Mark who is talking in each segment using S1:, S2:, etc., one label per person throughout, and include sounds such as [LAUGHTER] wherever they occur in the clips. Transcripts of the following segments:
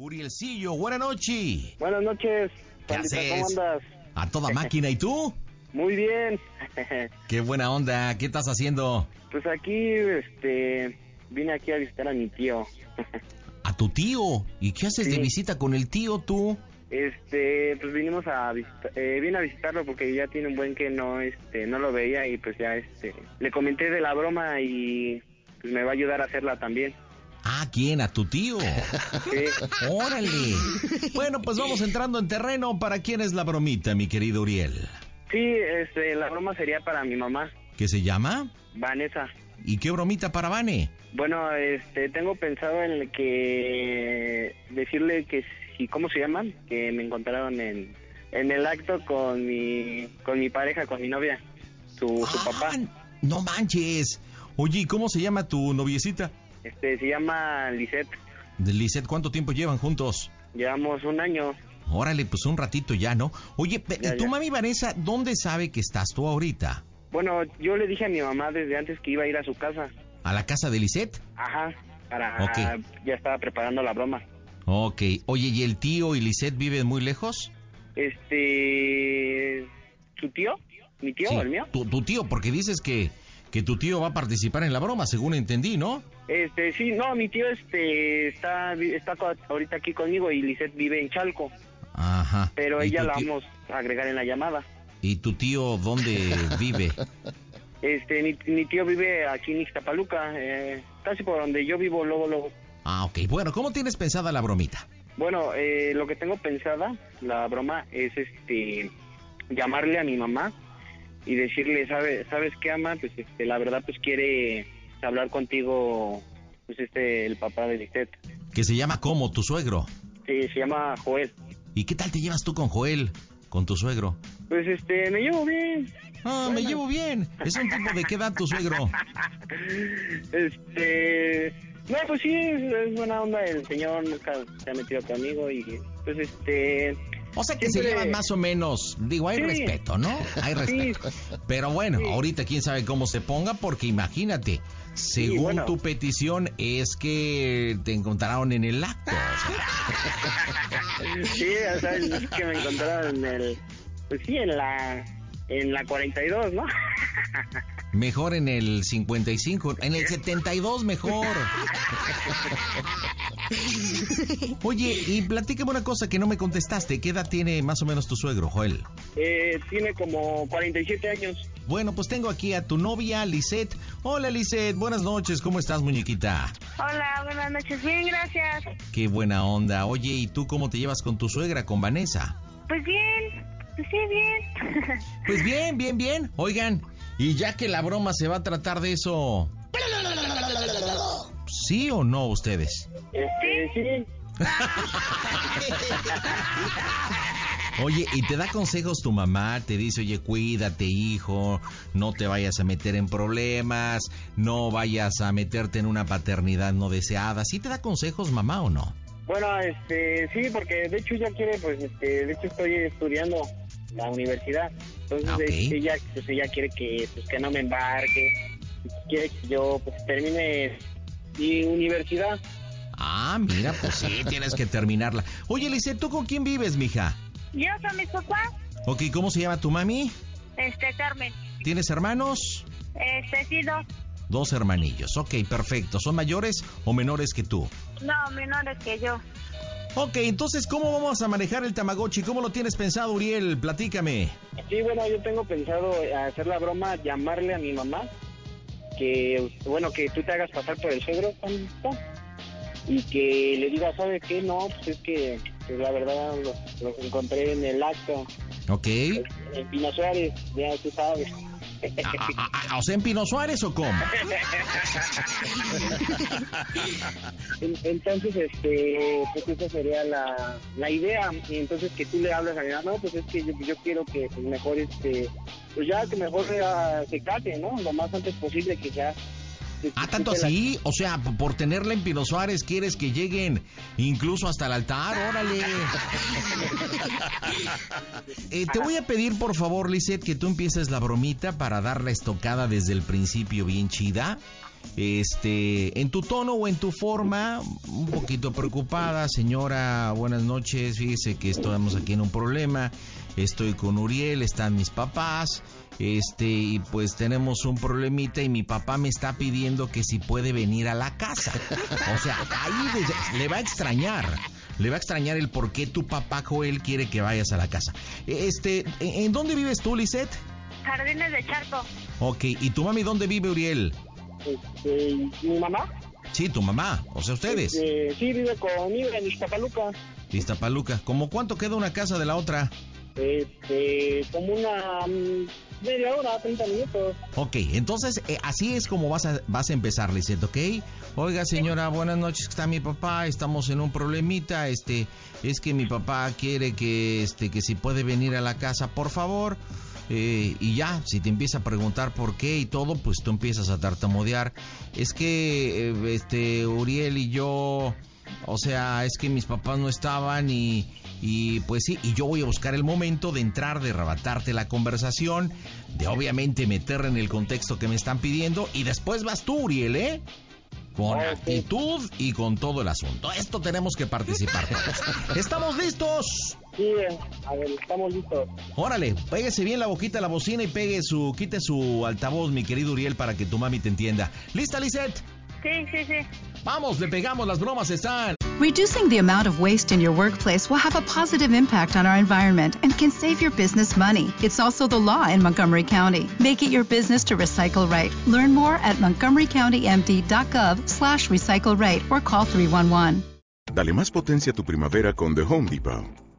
S1: Urielcillo, buenas noches.
S2: Buenas
S1: ¿Qué
S2: noches. pandita,
S1: haces?
S2: ¿Cómo andas?
S1: A toda máquina, ¿y tú?
S2: Muy bien. [LAUGHS]
S1: Qué buena onda, ¿qué estás haciendo?
S2: Pues aquí, este, vine aquí a visitar a mi tío. [LAUGHS]
S1: A tu tío. ¿Y qué haces de
S2: Sí.
S1: visita con el tío tú?
S2: Este, pues vinimos a visita- eh, vine a visitarlo porque ya tiene un buen que no, este, no lo veía y pues ya, este, le comenté de la broma y pues me va a ayudar a hacerla también.
S1: ¿A Ah, quién? ¿A tu tío? [LAUGHS]
S2: Sí.
S1: Órale. Bueno, pues vamos entrando en terreno. ¿Para quién es la bromita, mi querido Uriel?
S2: Sí, este, la broma sería para mi mamá,
S1: ¿Qué se llama?
S2: Vanessa.
S1: ¿Y qué bromita para Vane?
S2: Bueno, este, tengo pensado en que decirle que si, ¿cómo se llaman? Que me encontraron en, en el acto con mi, con mi pareja, con mi novia, su, su papá.
S1: Ah, no manches. Oye, ¿y cómo se llama tu noviecita?
S2: Este, se llama Lisette.
S1: Lizeth, ¿cuánto tiempo llevan juntos?
S2: Llevamos un año.
S1: Órale, pues un ratito ya, ¿no? Oye, pe-
S2: Ya,
S1: ¿y tu
S2: ya.
S1: mami Vanessa dónde sabe que estás tú ahorita?
S2: Bueno, yo le dije a mi mamá desde antes que iba a ir a su casa.
S1: ¿A la casa de Lisette?
S2: Ajá, para,
S1: Ok.
S2: ya estaba preparando la broma.
S1: Ok. Oye, ¿y el tío y Lisette viven muy lejos?
S2: Este, ¿su tío? ¿Mi tío?
S1: Sí.
S2: ¿El mío?
S1: Tu, tu tío, porque dices que, que tu tío va a participar en la broma, según entendí, ¿no?
S2: Este, sí, no, mi tío este está vi- está co- ahorita aquí conmigo y Lisette vive en Chalco,
S1: Ajá.
S2: pero
S1: ¿Y
S2: ella
S1: tu
S2: la
S1: tío-
S2: vamos a agregar en la llamada.
S1: ¿Y tu tío
S2: [LAUGHS]
S1: dónde vive?
S2: Este, mi, mi tío vive aquí en Ixtapaluca, eh, casi por donde yo vivo, luego, luego.
S1: Ah, ok. Bueno, ¿cómo tienes pensada la bromita?
S2: Bueno, eh, lo que tengo pensada, la broma, es este llamarle a mi mamá y decirle, ¿sabe, ¿sabes qué, ama? Pues este, la verdad, pues quiere hablar contigo, pues este, el papá de Lisette.
S1: Que se llama como tu suegro.
S2: Sí, se llama Joel.
S1: ¿Y qué tal te llevas tú con Joel, con tu suegro?
S2: Pues este, me llevo bien,
S1: Ah, me llevo bien. Es un tipo de qué edad tu suegro.
S2: Este. No, pues sí, es, es buena onda el señor, nunca se ha metido conmigo y. Pues este.
S1: O sea que se
S2: Siempre-
S1: llevan más o menos. Digo, hay
S2: [LAUGHS] Sí. pues,
S1: respeto, ¿no? Hay respeto. Pero bueno, ahorita quién sabe cómo se ponga, porque imagínate, según
S2: bueno.
S1: tu petición es que te encontraron en el acto. o sea,
S2: eh, Sí, o sea, es que me encontraron en el. Pues sí, en la. En la 42, ¿no? [LAUGHS]
S1: mejor en el 55, en el 72
S2: [LAUGHS]
S1: mejor. Oye, y platícame una cosa que no me contestaste. ¿Qué edad tiene más o menos tu suegro, Joel?
S2: Eh, tiene como 47 años.
S1: Bueno, pues tengo aquí a tu novia, Lisette. Hola, Lisette. Buenas noches. ¿Cómo estás, muñequita?
S3: Hola, buenas noches. Bien, gracias.
S1: Qué buena onda. Oye, ¿y tú cómo te llevas con tu suegra, con Vanessa?
S3: Pues bien, pues sí, bien. [LAUGHS]
S1: Pues bien, bien, bien. Oigan, y ya que la broma se va a tratar de eso... ¿Sí o no ustedes?
S2: Este, sí.
S1: Oye, ¿y te da consejos tu mamá? Te dice, oye, cuídate, hijo, no te vayas a meter en problemas, no vayas a meterte en una paternidad no deseada. ¿Sí te da consejos mamá o no?
S2: Bueno, este, sí, porque de hecho ella quiere, pues, este, de hecho estoy estudiando la universidad. Entonces,
S1: Ah, ok.
S2: eh, ella, pues, ella quiere que, pues, que no me embarque. Quiere que yo, pues, termine mi universidad.
S1: Ah, mira, pues sí, tienes que terminarla. Oye, Lisette, ¿tú con quién vives, mija?
S3: Yo soy mis papás,
S1: Ok, ¿cómo se llama tu mami?
S3: este, Carmen.
S1: ¿Tienes hermanos?
S3: Este, sí, dos.
S1: Dos hermanillos. Ok, perfecto. ¿Son mayores o menores que tú?
S3: No, menores que yo.
S1: Ok, entonces, ¿cómo vamos a manejar el Tamagotchi? ¿Cómo lo tienes pensado, Uriel? Platícame.
S2: Sí, bueno, yo tengo pensado hacer la broma, llamarle a mi mamá, que, bueno, que tú te hagas pasar por el suegro, Juanito, y que le digas, ¿sabe qué? No, pues es que, pues la verdad, los, los encontré en el acto,
S1: Ok.
S2: en Pino Suárez, ya tú
S1: [LAUGHS]
S2: sabes.
S1: Ah, ah, ah, ah, o sea, en Pino Suárez o cómo?
S2: En- Entonces, este, pues esa sería la, la idea. Y entonces que tú le hablas a mi mamá, no, pues es que yo, yo quiero que pues, mejor, este, pues ya que mejor ah, se case, ¿no? Lo más antes posible que ya. que-
S1: Ah,
S2: que
S1: tanto
S2: se la-
S1: así, o sea, p- por tenerla en Pino Suárez quieres que lleguen incluso hasta el altar, órale. Eh, te voy a pedir por favor, Lisette, que tú empieces la bromita para dar la estocada desde el principio bien chida. Este, en tu tono o en tu forma, un poquito preocupada, señora, buenas noches, fíjese que estamos aquí en un problema, estoy con Uriel, están mis papás, este, y pues tenemos un problemita y mi papá me está pidiendo que si puede venir a la casa. O sea, ahí desde- le va a extrañar, le va a extrañar el por qué tu papá Joel quiere que vayas a la casa. Este, ¿en en dónde vives tú, Lisette?
S3: Jardines de Charco.
S1: Ok, ¿y tu mami dónde vive, Uriel?
S2: Este, mi mamá.
S1: Sí, tu mamá, o sea, ustedes.
S2: este, sí, vive conmigo en Iztapaluca.
S1: Iztapaluca. ¿Cómo cuánto queda una casa de la otra?
S2: Este, como una mm, media hora, 30 minutos.
S1: Ok, entonces eh, así es como vas a, vas a empezar, Lisette, ¿ok? Oiga, señora, buenas noches, está mi papá, estamos en un problemita, este, es que mi papá quiere que, este, que si puede venir a la casa, por favor, eh, y ya, si te empieza a preguntar por qué y todo, pues tú empiezas a tartamudear. Es que, eh, este, Uriel y yo, o sea, es que mis papás no estaban y, y pues sí, y yo voy a buscar el momento de entrar, de arrebatarte la conversación, de obviamente meterla en el contexto que me están pidiendo y después vas tú, Uriel, ¿eh? Con
S2: Ok.
S1: actitud y con todo el asunto. Esto tenemos que participar todos. ¿Estamos listos?
S2: Sí, eh, a ver, estamos listos.
S1: Órale, pégese bien la boquita a la bocina y pegue su, quite su altavoz, mi querido Uriel, para que tu mami te entienda. ¿Lista, Lisette?
S3: Sí, sí, sí.
S1: Vamos, le pegamos, las bromas están.
S4: Reducing the amount of waste in your workplace will have a positive impact on our environment and can save your business money. It's also the law in Montgomery County. Make it your business to recycle right. Learn more at montgomerycountymd.gov slash recycle right or call 311.
S5: Dale más potencia a tu primavera con The Home Depot.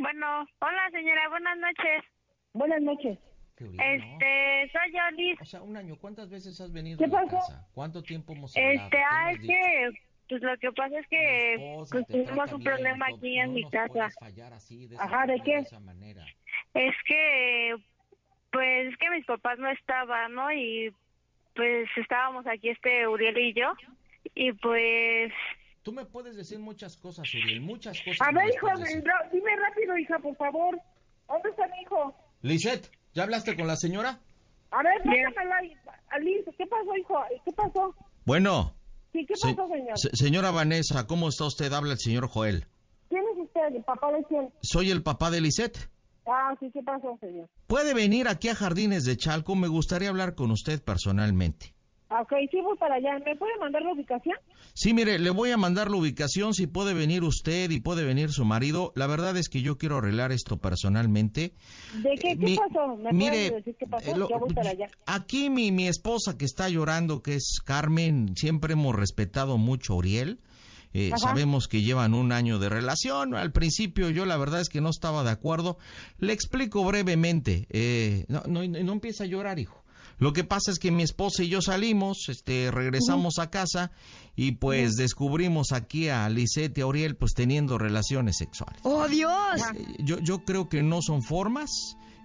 S3: Bueno, hola señora, buenas noches.
S6: Buenas noches.
S3: Este, soy yo, Liz.
S1: O sea, un año, ¿cuántas veces has venido
S6: ¿Qué
S1: a la
S6: pasó?
S1: casa? ¿Cuánto tiempo hemos hablado?
S3: Este,
S1: ¿Qué me
S3: ah,
S1: has
S3: es
S1: dicho?
S3: que, pues lo que pasa es que
S1: Mi esposa
S3: pues,
S1: te
S3: tuvimos
S1: trata
S3: un
S1: bien,
S3: problema
S1: no-
S3: aquí en
S1: no
S3: mi
S1: nos
S3: casa.
S1: puedes fallar así, de
S6: Ajá, ¿de
S1: forma,
S6: qué?
S1: esa manera.
S3: Es que, pues es que mis papás no estaban, ¿no? Y pues estábamos aquí, este Uriel y yo. Y pues,
S1: Tú me puedes decir muchas cosas, Uriel, muchas cosas.
S6: A
S1: me
S6: ver,
S1: las
S6: hijo,
S1: puedes
S2: eh.
S1: decir.
S6: ra- dime rápido, hija, por favor. ¿Dónde está mi hijo?
S1: Lisette, ¿ya hablaste con la señora?
S6: A ver, pásamela, Alice. ¿Qué pasó, hijo? ¿Qué pasó?
S1: Bueno,
S6: Sí, ¿qué
S1: se-
S6: pasó, señor?
S1: se- señora Vanessa, ¿cómo está usted? Habla el señor Joel.
S6: ¿Quién es usted? ¿El papá de quién?
S1: Soy el papá de Lisette.
S6: Ah, sí, ¿qué pasó, señor?
S1: ¿Puede venir aquí a Jardines de Chalco? Me gustaría hablar con usted personalmente.
S6: Ah, Ok, sí, voy para allá. ¿Me puede mandar la ubicación?
S1: Sí, mire, le voy a mandar la ubicación si puede venir usted y puede venir su marido. La verdad es que yo quiero arreglar esto personalmente.
S6: ¿De qué,
S1: Eh,
S6: qué
S1: mi-
S6: pasó? ¿Me
S1: mire,
S6: puede decir qué
S1: eh,
S6: pasó?
S1: lo-
S6: Yo voy para allá.
S1: Aquí mi, mi esposa que está llorando, que es Carmen, siempre hemos respetado mucho a Uriel. Eh,
S6: Ajá.
S1: sabemos que llevan un año de relación. Al principio yo la verdad es que no estaba de acuerdo. Le explico brevemente. Eh, no, no, no empieza a llorar, hijo. Lo que pasa es que mi esposa y yo salimos, este, regresamos a casa y pues descubrimos aquí a Lisette y a Uriel pues teniendo relaciones sexuales. Eh, yo, yo creo que no son formas.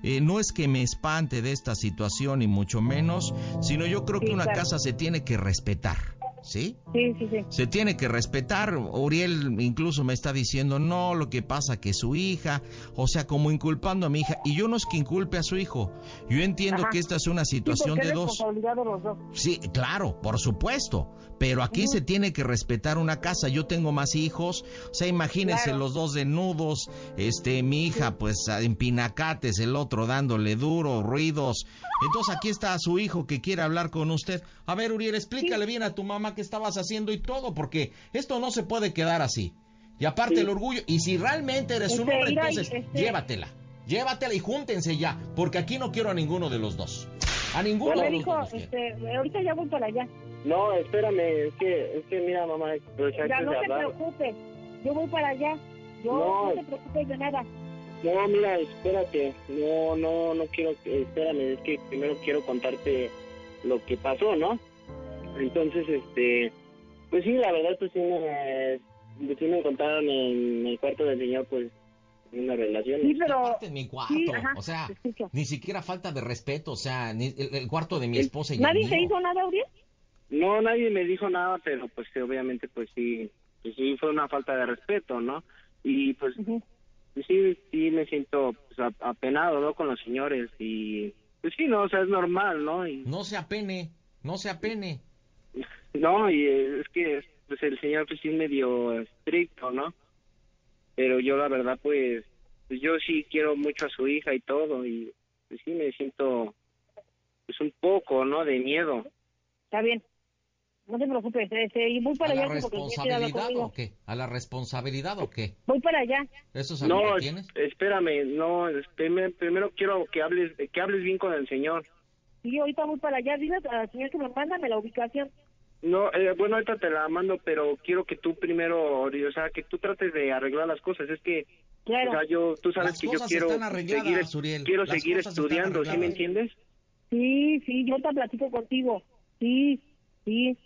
S1: Eh, no es que me espante de esta situación y mucho menos, sino yo creo que
S6: Sí,
S1: una
S6: claro.
S1: casa se tiene que respetar. ¿sí?
S6: Sí, sí, sí.
S1: Se tiene que respetar. Uriel incluso me está diciendo, no, lo que pasa que su hija, o sea, como inculpando a mi hija. Y yo no es que inculpe a su hijo. Yo entiendo
S6: Ajá.
S1: que esta es una
S6: Sí,
S1: situación
S6: porque es
S1: de dos.
S6: responsabilidad de los dos.
S1: Sí, claro, por supuesto. Pero aquí se tiene que respetar una casa. Yo tengo más hijos. O sea, imagínense
S6: Claro.
S1: los dos desnudos. Este, mi hija, pues en pinacates, el otro dándole duro, ruidos. Entonces aquí está su hijo que quiere hablar con usted. A ver, Uriel, explícale bien a tu mamá qué estabas haciendo y todo, porque esto no se puede quedar así. Y aparte
S6: Sí.
S1: el orgullo. Y si realmente eres un
S6: Este,
S1: hombre,
S6: mira,
S1: entonces
S6: este-
S1: llévatela. Llévatela y júntense ya, porque aquí no quiero a ninguno de los dos. A ninguno
S6: Bueno,
S1: de los dos.
S6: hijo,
S1: los quiero.
S6: este, ahorita ya voy para allá.
S2: No, espérame, es que, es que mira, mamá, pues
S6: Ya
S2: antes
S6: no
S2: de
S6: te
S2: hablar.
S6: preocupes. Yo voy para allá. Yo
S2: No.
S6: no, te preocupes de nada.
S2: No, mira, espérate. No, no, no quiero. Espérame, es que primero quiero contarte lo que pasó, ¿no? Entonces, este. Pues sí, la verdad, pues sí me. pues, sí me encontraron en el cuarto del señor, pues. Una relación.
S6: Sí, pero.
S1: Aparte en Este, mi cuarto,
S6: Sí, ajá,
S1: o sea,
S6: te escucho.
S1: ni siquiera falta de respeto, o sea, ni- el, el cuarto de mi esposa y el
S6: ¿Nadie
S1: mío.
S6: te hizo nada, Uriel?
S2: No, nadie me dijo nada, pero pues sí, obviamente, pues sí. Pues sí, fue una falta de respeto, ¿no? Y pues
S6: Ujú.
S2: Pues sí, sí me siento pues, a- apenado, ¿no? Con los señores y pues sí, no, o sea, es normal, ¿no? Y,
S1: No se apene, no se apene.
S2: no, y eh, es que pues el señor pues sí es medio estricto, ¿no? Pero yo la verdad pues, pues, yo sí quiero mucho a su hija y todo y pues sí me siento pues un poco, ¿no? De miedo.
S6: Está bien. No te preocupes. Este, y voy para
S1: ¿A la
S6: allá porque tienes que ir a hablar
S1: responsabilidad
S6: conmigo.
S1: o qué? ¿A la responsabilidad o qué?
S6: Voy para allá.
S1: ¿Eso es algo
S2: No,
S1: que
S2: es-
S1: tienes?
S2: espérame, no, es- primer- primero quiero que hables que hables bien con el señor.
S6: Sí, ahorita voy para allá. Dile al señor que me mándame la ubicación.
S2: No, eh, bueno, ahorita te la mando, pero quiero que tú primero, o sea, que tú trates de arreglar las cosas. Es que,
S6: Claro.
S2: o sea, yo, tú sabes
S1: Las
S2: que yo
S1: cosas
S2: quiero
S1: están arregladas,
S2: seguir,
S1: Uriel.
S2: quiero
S1: Las
S2: seguir
S1: cosas están
S2: estudiando, ¿sí me
S1: arregladas.
S2: entiendes?
S6: Sí, sí, yo te platico contigo. Sí, sí.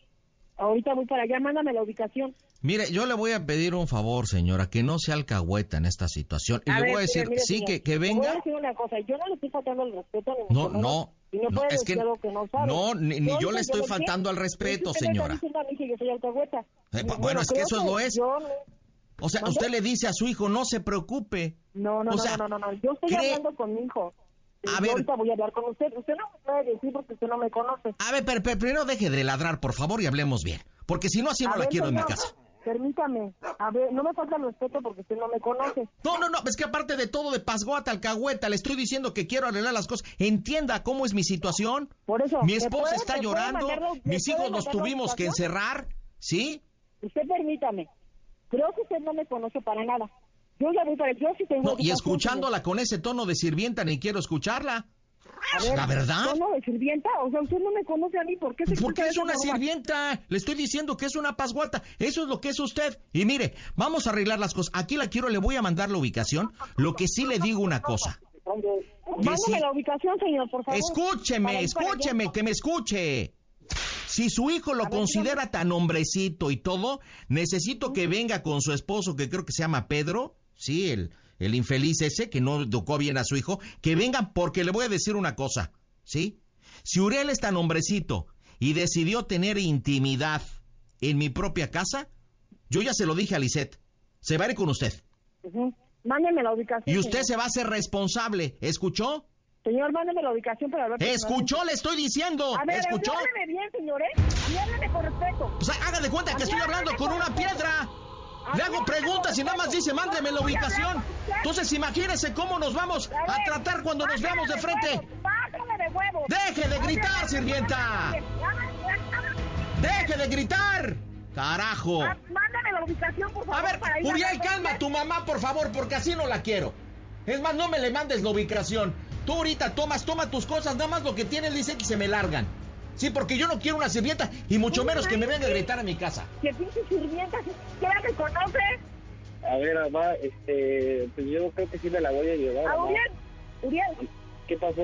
S6: Ahorita voy para allá, mándame la ubicación.
S1: Mire, yo le voy a pedir un favor, señora, que no sea alcahueta en esta situación. Y
S6: A
S1: le
S6: ver,
S1: voy a
S6: mire,
S1: decir,
S6: mire,
S1: sí,
S6: señor,
S1: que, que
S6: le Voy a
S1: venga.
S6: decir una cosa, yo no le estoy faltando el respeto. a
S1: No,
S6: los demás,
S1: no,
S6: Y no,
S1: no,
S6: puedes
S1: es que
S6: decir algo que no, sabes.
S1: no, ni- ni yo
S6: ahorita
S1: le estoy
S6: llevo
S1: faltando al
S6: Es que
S1: respeto,
S6: usted me está
S1: señora.
S6: diciendo a mí que yo soy alcahueta.
S1: Eh,
S6: Y
S1: bu- bueno, es que
S6: creo
S1: eso lo es.
S6: yo no-
S1: O sea,
S6: ¿Mande?
S1: usted le dice a su hijo, no se preocupe.
S6: No, no,
S1: O
S6: no,
S1: sea,
S6: no, no, no, yo estoy
S1: cree-
S6: hablando con mi hijo.
S1: A
S6: yo
S1: ver.
S6: ahorita voy a hablar con usted. Usted no me puede decir porque usted no me conoce.
S1: A ver, pero, pero primero deje de ladrar, por favor, y hablemos bien. Porque si no, así
S6: A
S1: no la
S6: ver,
S1: quiero en mi
S6: señor,
S1: casa.
S6: Permítame, a ver, no me falta el respeto porque usted no me conoce.
S1: No, no, no, es que aparte de todo de pasguata, alcahueta, le estoy diciendo que quiero arreglar las cosas. Entienda cómo es mi situación.
S6: Por eso.
S1: Mi
S6: ¿me
S1: esposa
S6: puede-
S1: está
S6: me puede
S1: llorando,
S6: mandar la- me
S1: mis
S6: puede
S1: hijos nos
S6: mandar la
S1: tuvimos que
S6: ubicación?
S1: encerrar, ¿sí?
S6: Usted permítame. Creo que usted no me conoce para nada. Yo ya voy para yo sí tengo.
S1: No, y
S6: ubicación,
S1: escuchándola con ese tono de sirvienta, ni quiero escucharla.
S6: señor. A ver,
S1: la verdad.
S6: ¿Tono de sirvienta? O sea, usted no me conoce a mí. ¿Por qué se escucha
S1: Porque
S6: de
S1: es
S6: esa
S1: una
S6: forma?
S1: sirvienta, le estoy diciendo que es una pasguata, eso es lo que es usted. Y mire, vamos a arreglar las cosas. Aquí la quiero, le voy a mandar la ubicación. Lo que sí le digo una cosa,
S6: Mándeme
S1: sí.
S6: la ubicación, señor, por favor. Para
S1: Escúcheme,
S6: ir para allá.
S1: escúcheme, que me escuche. Si su hijo lo
S6: ver,
S1: considera tan hombrecito y todo, necesito que venga con su esposo, que creo que se llama Pedro, sí, el, el infeliz ese que no educó bien a su hijo, que vengan porque le voy a decir una cosa, ¿sí? Si Uriel es tan hombrecito y decidió tener intimidad en mi propia casa, yo ya se lo dije a Lisette, se va a ir con usted.
S6: Ujú. Mándeme la ubicación.
S1: Y usted
S6: señor.
S1: se va a hacer responsable, ¿escuchó?
S6: Señor, mándeme la ubicación para hablar.
S1: ¿Escuchó? Le estoy diciendo,
S6: A ver, a ver,
S1: ¿escuchó?
S6: hábleme bien, señor, ¿eh? A mí hábleme con respeto.
S1: Pues haga de cuenta que estoy hablando con una piedra. Le hago preguntas y nada más dice, mándeme la ubicación. Entonces imagínese cómo nos vamos a tratar cuando nos veamos de frente.
S6: ¡Bájame de huevo!
S1: ¡Deje de gritar, sirvienta! ¡Deje de gritar! ¡Carajo!
S6: Ah, Mándame la ubicación, por favor.
S1: Oh. A ver,
S6: para ir
S1: Uriel,
S6: hablar con
S1: calma a
S6: usted.
S1: tu mamá, por favor, porque así no la quiero. Es más, no me le mandes la ubicación. Tú ahorita tomas, toma tus cosas, nada más lo que tienes, dice que se me largan. Sí, porque yo no quiero una sirvienta y mucho menos que me venga a gritar a mi casa.
S6: Que pinche sirvienta, si siquiera me conoce.
S2: A ver, mamá, este, pues yo creo que sí me la voy a llevar.
S6: A
S2: mamá.
S6: Uriel, Uriel,
S2: ¿Qué pasó?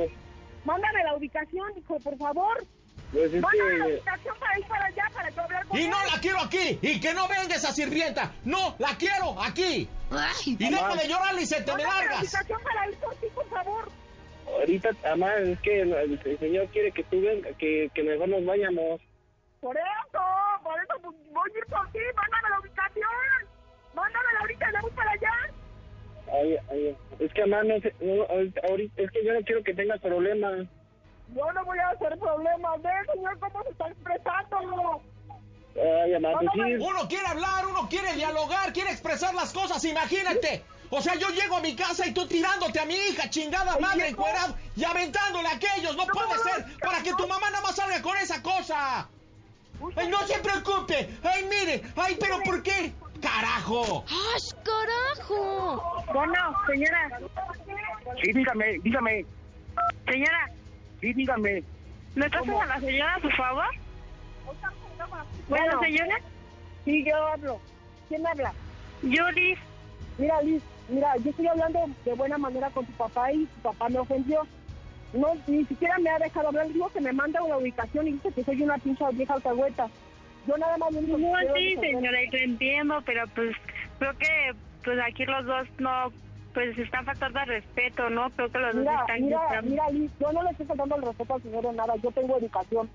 S6: mándame la ubicación, hijo, por favor.
S2: Pues es
S6: Mándame la
S2: que,
S6: ubicación para ir para allá, para yo hablar con
S1: Este, Y
S6: él.
S1: no la quiero aquí. Y que no venga esa sirvienta. No, la quiero aquí.
S4: Ay.
S1: Y deja de llorar y se te me
S6: Mándame la
S1: largas.
S6: ubicación para ir por ti, por favor.
S2: ahorita, mamá, es que el el señor quiere que tú vengas, que, que mejor nos vayamos.
S6: Por eso, por eso pues, voy a ir por ti. Mándame la ubicación. Mándamela ahorita, le voy para allá.
S2: Ay, ay, es que mamá, no, sé, no, ahorita, ahorita- es que yo no quiero que tengas problemas.
S6: Yo no voy a hacer problemas de eso, señor. ¿Cómo se está expresando?
S2: Ay, mamá, pues
S6: Mándame-
S2: sí.
S1: Uno quiere hablar, uno quiere dialogar, quiere expresar las cosas, imagínate. O sea, yo llego a mi casa y tú tirándote a mi hija, chingada madre, encuerado, y aventándole a aquellos, no puede ser, para que tu mamá nada más salga con esa cosa. Ay, no se preocupe, ay, mire, ay, pero ¿por qué? ¡Carajo!
S7: ¡Ay, carajo!
S3: Bueno, señora,
S2: Sí, dígame, dígame.
S3: señora,
S2: Sí, dígame.
S3: ¿me pasas a la señora, por favor? Bueno, señora,
S6: Sí, yo hablo. ¿Quién habla?
S3: Yuri,
S6: Mira, Liz, mira, yo estoy hablando de buena manera con tu papá y tu papá me ofendió. No, ni siquiera me ha dejado hablar. Digo que me manda una ubicación y dice que soy una pincha vieja alcahueta. Yo nada más... lo único que
S3: no,
S6: quiero
S3: sí,
S6: es saber-
S3: señora, y te entiendo, pero pues creo que pues aquí los dos no, pues están faltando al respeto, ¿no? Creo que los dos
S6: Mira,
S3: están
S6: mira,
S3: gritando.
S6: mira, Liz, yo no le estoy faltando el respeto al señor en nada, yo tengo educación.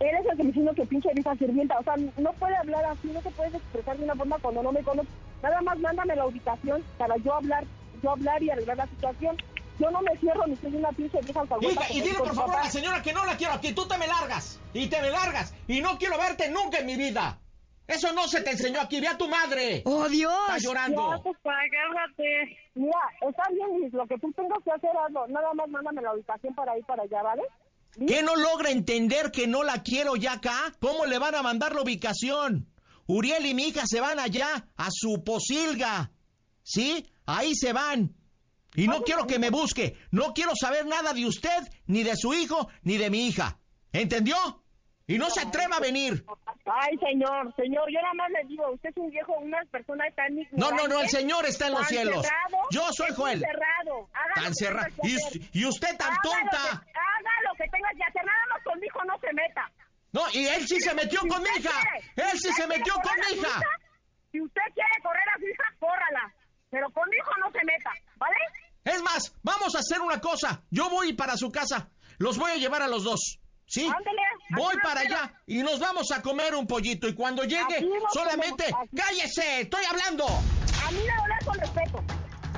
S6: Eres el que me dice que pinche vieja sirvienta, o sea, no puede hablar así, no te puedes expresar de una forma cuando no me conoces. Nada más mándame la ubicación para yo hablar, yo hablar y arreglar la situación. Yo no me cierro ni soy una pinche vieja alcahueta.
S1: Hija, y
S6: como
S1: dile
S6: dijo
S1: por
S6: tu
S1: favor a
S6: papá.
S1: la señora que no la quiero aquí, tú te me largas, y te me largas, y no quiero verte nunca en mi vida. Eso no se te enseñó aquí, ve a tu madre.
S7: ¡Oh,
S1: Está
S7: Dios!
S6: Ya,
S1: llorando.
S6: pues,
S3: Agárrate.
S6: mira, está bien, Liz, lo que tú tengas que hacer, hazlo. Nada más mándame la ubicación para ir para allá, ¿vale?
S1: ¿Qué no logra entender que no la quiero ya acá? ¿Cómo le van a mandar la ubicación? Uriel y mi hija se van allá, a su posilga. ¿Sí? Ahí se van. Y no quiero que me busque. No quiero saber nada de usted, ni de su hijo, ni de mi hija. ¿Entendió? Y no se atreva a venir.
S6: Ay, señor, señor, yo nada más le digo, usted es un viejo, una persona tan
S1: No,
S6: ignorante.
S1: no, no, el señor está en los
S6: Tan
S1: cielos.
S6: cerrado,
S1: Yo soy
S6: es
S1: Joel.
S6: un cerrado. Haga lo
S1: Tan
S6: que
S1: cerrado.
S6: tenga que
S1: Y,
S6: hacer.
S1: us- y usted tan
S6: Haga lo
S1: tonta.
S6: que- Haga lo que tengas que hacer, nada más conmigo no se meta.
S1: No, y él sí se metió
S6: Si
S1: con mi
S6: usted
S1: hija.
S6: quiere-
S1: Él
S6: si
S1: sí se
S6: usted quiere
S1: metió con
S6: correr a
S1: mi
S6: su
S1: hija.
S6: Si usted quiere correr a su hija, córrala. Pero conmigo no se meta, ¿vale?
S1: Es más, vamos a hacer una cosa. Yo voy para su casa. Los voy a llevar a los dos. ¿Sí?
S6: Ándele,
S1: voy
S6: ándele,
S1: para
S6: ándele.
S1: allá y nos vamos a comer un pollito. Y cuando llegue,
S6: Aquí nos
S1: solamente.
S6: comemos, aquí.
S1: ¡Cállese! ¡Estoy hablando!
S6: A mí le hablar con respeto.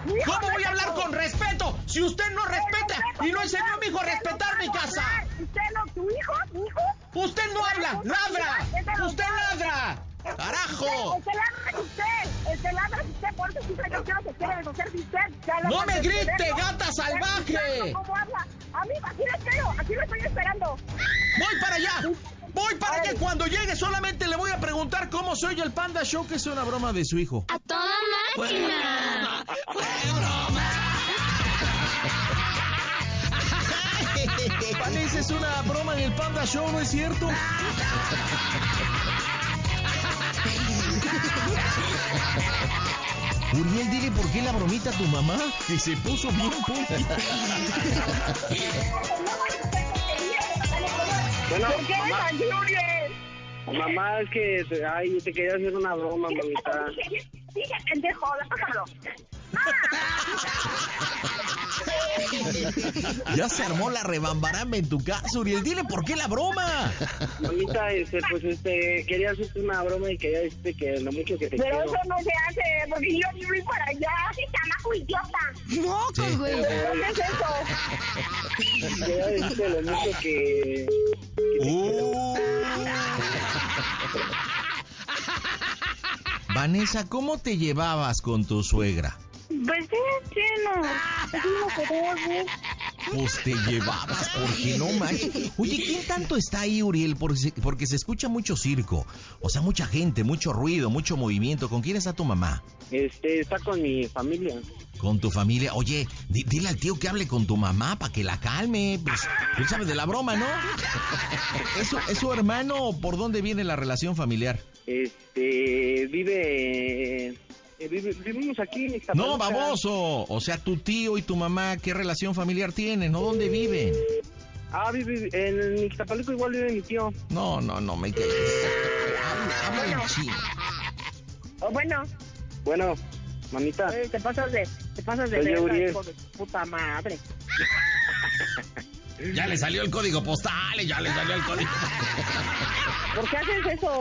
S6: Mi hijo
S1: ¿Cómo
S6: no
S1: voy
S6: es
S1: a hablar
S6: todo.
S1: con respeto si usted no respeta
S6: Respeto,
S1: y no enseñó a mi hijo a
S6: usted no
S1: respetar mi
S6: sabe
S1: casa?
S6: hablar. Usted no, tu hijo, mi hijo.
S1: ¡Usted no habla! ¡Ladra! ¡Usted ladra! ¡Carajo!
S6: El que ladra es usted, el que ladra es usted, por eso siempre yo quiero que quiera deshacer de usted. Ya lo
S1: ¡No
S6: sabe
S1: me grite,
S6: defenderlo.
S1: gata
S6: Ya
S1: salvaje!
S6: escuchando ¿Cómo habla? A mí, aquí lo espero, aquí lo estoy esperando.
S1: Voy para allá. Voy para allá.
S6: Órale.
S1: Cuando llegue solamente le voy a preguntar cómo soy yo el Panda Show, que es una broma de su hijo.
S7: ¡A toda máquina!
S1: Vanessa, es una broma en el Panda Show, ¿no es cierto? Uriel, dile por qué la bromita a tu mamá, que se puso bien puta. [LAUGHS]
S2: Bueno,
S6: ¿Por qué me
S2: mamá,
S6: mandibles?
S2: mamá, es que te- ay, te quería hacer una broma, mamita.
S6: Dije, pendejo, déjalo.
S1: Ya se armó la rebambaramba en tu casa, Uriel. Dile por qué la broma.
S2: Mamita, este, pues este, quería hacerte una broma y quería decirte que lo mucho que te
S6: Pero
S2: quiero.
S6: eso no se hace, porque yo ni voy para allá. Ese chamaco idiota.
S7: ¡Mocos, güey!
S6: ¿Pero ¿Qué es eso?
S2: Quería decirte lo mucho que.
S1: Uh. Vanessa, ¿cómo te llevabas con tu suegra?
S3: Pues sí, sí, no.
S1: Pues te llevabas, porque no manches. Oye, ¿quién tanto está ahí, Uriel? Porque se, porque se escucha mucho circo. O sea, mucha gente, mucho ruido, mucho movimiento. ¿Con quién está tu mamá?
S2: Este, está con mi familia.
S1: ¿Con tu familia? Oye, di- dile al tío que hable con tu mamá para que la calme. Pues, él sabe de la broma, ¿no? ¿Es su, es su hermano o por dónde viene la relación familiar?
S2: Este, vive. eh, vive- vivimos aquí en esta
S1: No, baboso. O sea, tu tío y tu mamá, ¿qué relación familiar tienen? ¿No dónde viven?
S2: Ah, vive, en Ixtapaluca igual vive mi tío.
S1: No, no, no, me calles. Habla- habla en chino.
S6: Oh, bueno,
S2: Bueno, mamita,
S6: eh, te pasas de, te pasas de
S2: Soy
S6: verga,
S2: Uriel.
S6: hijo de puta madre.
S1: Ya le salió el código postal, y ya le salió el código.
S6: ¿Por qué haces eso?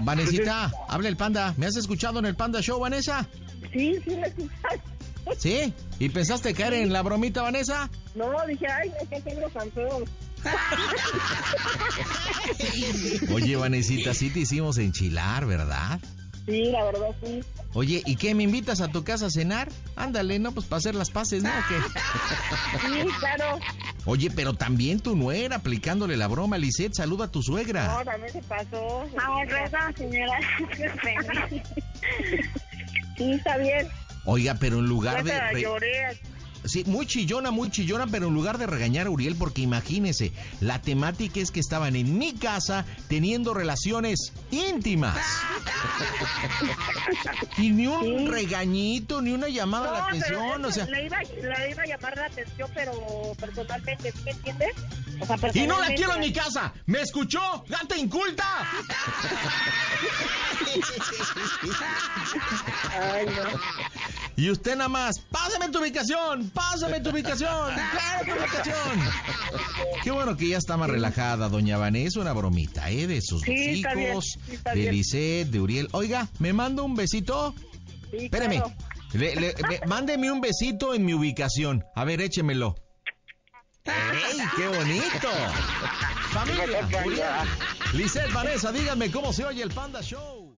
S1: Vanesita, habla el panda. ¿Me has escuchado en el Panda Show, Vanessa?
S6: Sí, sí, me escuchas.
S1: ¿Sí? ¿Y pensaste caer en la bromita, Vanessa?
S6: No, dije, ay, es que tengo tan feo.
S1: Oye, Vanesita, sí te hicimos enchilar, ¿verdad?
S6: Sí, la verdad, sí.
S1: Oye, ¿y qué? ¿Me invitas a tu casa a cenar? Ándale, no, pues para hacer las paces, ¿no? ¿O qué?
S6: Sí, claro.
S1: Oye, pero también tu nuera aplicándole la broma, Lisette. Saluda a tu suegra.
S6: No, también se pasó.
S3: Vamos, reza,
S6: [LAUGHS]
S3: señora.
S6: Sí, está bien.
S1: Oiga, pero en lugar de...
S6: Hasta
S1: re-
S6: lloré.
S1: Sí, muy chillona, muy chillona, pero en lugar de regañar a Uriel, porque imagínese, la temática es que estaban en mi casa teniendo relaciones
S6: [LAUGHS]
S1: íntimas. y ni un regañito, ni una llamada a la
S6: No, pero
S1: atención,
S6: es
S1: o
S6: que
S1: sea...
S6: le, iba, le iba a llamar la atención, pero personalmente, ¿sí me entiendes? O
S1: Y
S6: sea,
S1: no la
S6: personalmente,
S1: quiero en mi casa. ¿Me escuchó? ¡Gata inculta!
S6: Ay, no.
S1: Y usted nada más, pásame tu ubicación, pásame tu ubicación, claro, tu ubicación. Qué bueno que ya está más relajada, doña Vanessa, una bromita, ¿eh? De sus
S6: Sí,
S1: dos
S6: está bien,
S1: hijos,
S6: sí, está
S1: de
S6: bien.
S1: Lisette, de Uriel. Oiga, ¿me manda un besito?
S6: Sí,
S1: Espéreme,
S6: claro.
S1: le- le- me- mándeme un besito en mi ubicación. A ver, échemelo. ¡Ey, qué bonito! Familia, Uriel, Lisette, Vanessa, díganme cómo se oye el Panda Show.